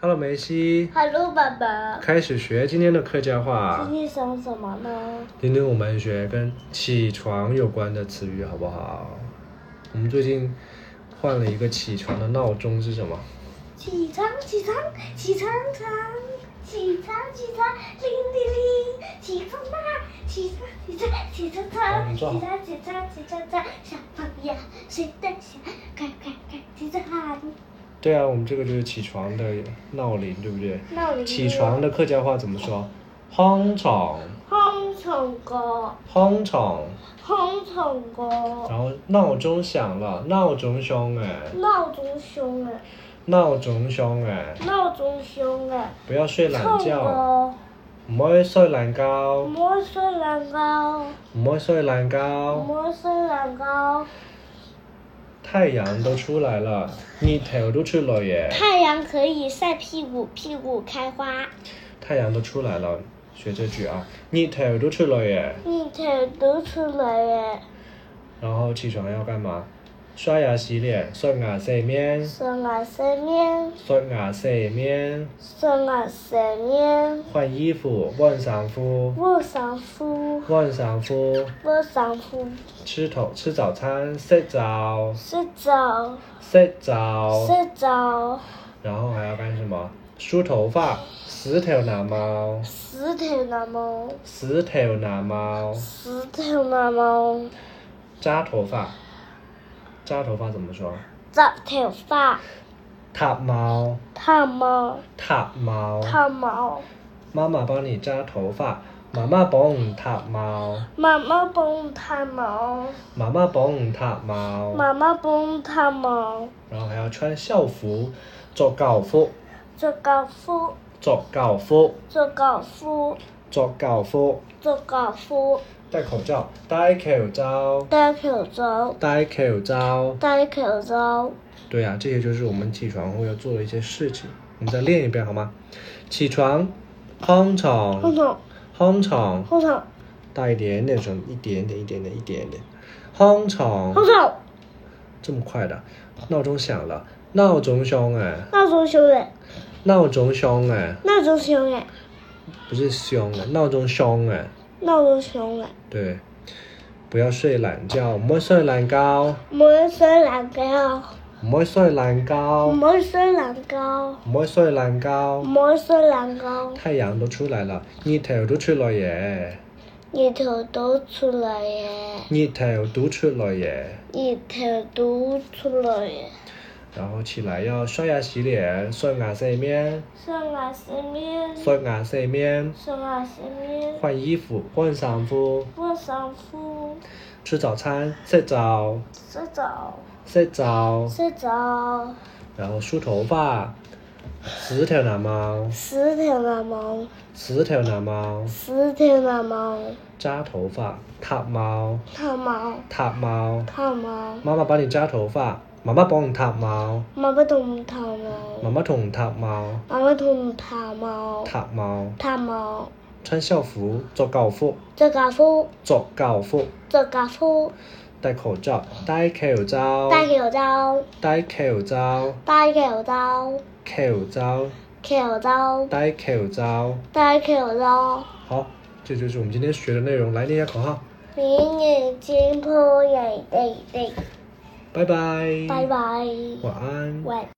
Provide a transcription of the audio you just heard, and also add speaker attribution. Speaker 1: Hello，梅西，
Speaker 2: Hello，爸爸。
Speaker 1: 开始学今天的客家话
Speaker 2: 今。天想什么呢？
Speaker 1: 今天我们学跟起床有关的词语，好不好？我们最近换了一个起床的闹钟是什么？
Speaker 2: 起床，起床，起床床，起床，起床，铃铃铃，起床啦！起床，起床，起床床，
Speaker 1: 嗯
Speaker 2: 起
Speaker 1: 坐好
Speaker 2: 床，起床，起床床，小朋友睡得香，快快快，起床！
Speaker 1: 对啊，我们这个就是起床的闹铃，对不对？
Speaker 2: 闹铃。
Speaker 1: 起床。的客家话怎么说？哄床，
Speaker 2: 哄床歌，
Speaker 1: 哄床。
Speaker 2: 哄床歌，
Speaker 1: 然后闹钟响了，闹钟响哎，
Speaker 2: 闹钟响了，
Speaker 1: 闹钟响哎，
Speaker 2: 闹钟响了，
Speaker 1: 不要睡懒
Speaker 2: 唱
Speaker 1: 觉，
Speaker 2: 歌，
Speaker 1: 唔可以睡懒觉，
Speaker 2: 莫睡懒觉，
Speaker 1: 唔可以睡懒觉。
Speaker 2: 莫睡懒觉。
Speaker 1: 太阳都出来了，你头都出来耶！
Speaker 2: 太阳可以晒屁股，屁股开花。
Speaker 1: 太阳都出来了，学这句啊，你头都出来耶！
Speaker 2: 你腿都出来耶！
Speaker 1: 然后起床要干嘛？刷牙洗脸，刷牙洗面，
Speaker 2: 生啊生面，
Speaker 1: 刷牙洗面，
Speaker 2: 生啊生面。
Speaker 1: 换衣服，换衫服，
Speaker 2: 我上夫，
Speaker 1: 换衫服，
Speaker 2: 我上夫，
Speaker 1: 吃头吃早餐，洗澡，
Speaker 2: 睡着，
Speaker 1: 洗澡。
Speaker 2: 睡着，
Speaker 1: 然后还要干什么？梳头发，梳头拿毛，
Speaker 2: 石头那么，
Speaker 1: 梳头拿毛，
Speaker 2: 石头那么，
Speaker 1: 扎头发，扎头发怎么说？
Speaker 2: 扎头发，
Speaker 1: 塌毛，
Speaker 2: 烫毛，
Speaker 1: 塌毛。
Speaker 2: 烫毛。
Speaker 1: 妈妈帮你扎头发，妈妈帮我塌毛，
Speaker 2: 妈妈帮我烫毛，
Speaker 1: 妈妈帮我塌毛。
Speaker 2: 妈妈帮我烫毛，
Speaker 1: 然后还要穿校服，着校服，
Speaker 2: 做高夫，
Speaker 1: 着校服，
Speaker 2: 做高夫，
Speaker 1: 着校服。
Speaker 2: 做高夫。
Speaker 1: 戴口罩，戴口罩，
Speaker 2: 戴口罩，
Speaker 1: 戴口罩。
Speaker 2: 戴口罩，
Speaker 1: 对啊，这些就是我们起床后要做的一些事情。我们再练一遍好吗？起床，哄
Speaker 2: 后
Speaker 1: 床，
Speaker 2: 头
Speaker 1: 哄床，
Speaker 2: 后头
Speaker 1: 大一点点声，一点点，一点点，一点点，哄床
Speaker 2: 后，头，
Speaker 1: 这么快的，闹钟响了，闹钟响哎，
Speaker 2: 那种熊人，
Speaker 1: 闹钟响哎，
Speaker 2: 那种熊人，
Speaker 1: 不是响哎，闹钟响哎，
Speaker 2: 那种熊人，
Speaker 1: 对，不要睡懒觉，唔好睡懒觉，
Speaker 2: 没睡懒觉，
Speaker 1: 唔好睡懒觉，
Speaker 2: 没睡懒觉，
Speaker 1: 唔好睡懒觉，
Speaker 2: 没睡懒觉，
Speaker 1: 太阳都出來啦，熱頭都出來耶。
Speaker 2: 日头都出来耶，
Speaker 1: 热头都出来耶，
Speaker 2: 日头都出来耶，
Speaker 1: 然后起来要刷牙洗脸，刷牙洗面，
Speaker 2: 上啊洗面，
Speaker 1: 刷牙洗面，
Speaker 2: 上啊洗面，
Speaker 1: 换衣服，换衫服，
Speaker 2: 我上夫，
Speaker 1: 吃早餐，洗澡，
Speaker 2: 睡着，
Speaker 1: 洗澡，
Speaker 2: 睡着，
Speaker 1: 然后梳头发，梳头拿毛，
Speaker 2: 石头那么，
Speaker 1: 梳头拿毛，
Speaker 2: 石头那么，
Speaker 1: 扎头发，塌毛，
Speaker 2: 烫毛。
Speaker 1: 塌毛，
Speaker 2: 烫毛，
Speaker 1: 妈妈帮你扎头发，妈妈帮你塌毛，
Speaker 2: 妈妈同烫毛，
Speaker 1: 妈妈同你塌毛，
Speaker 2: 妈妈同烫毛，
Speaker 1: 塌毛，
Speaker 2: 烫毛，
Speaker 1: 穿校服，着校服，
Speaker 2: 着校服，
Speaker 1: 着校服。
Speaker 2: 着校服，
Speaker 1: 戴口罩，戴口罩，
Speaker 2: 戴口罩，
Speaker 1: 戴口罩，
Speaker 2: 戴口罩，
Speaker 1: 口罩，
Speaker 2: 口罩，
Speaker 1: 戴口罩。
Speaker 2: 戴口罩。
Speaker 1: 好，这就是我们今天学的内容。来念一下口号，
Speaker 2: 明眼睛破眼泪泪，
Speaker 1: 拜拜，
Speaker 2: 拜，拜，
Speaker 1: 晚安，
Speaker 2: 晚安。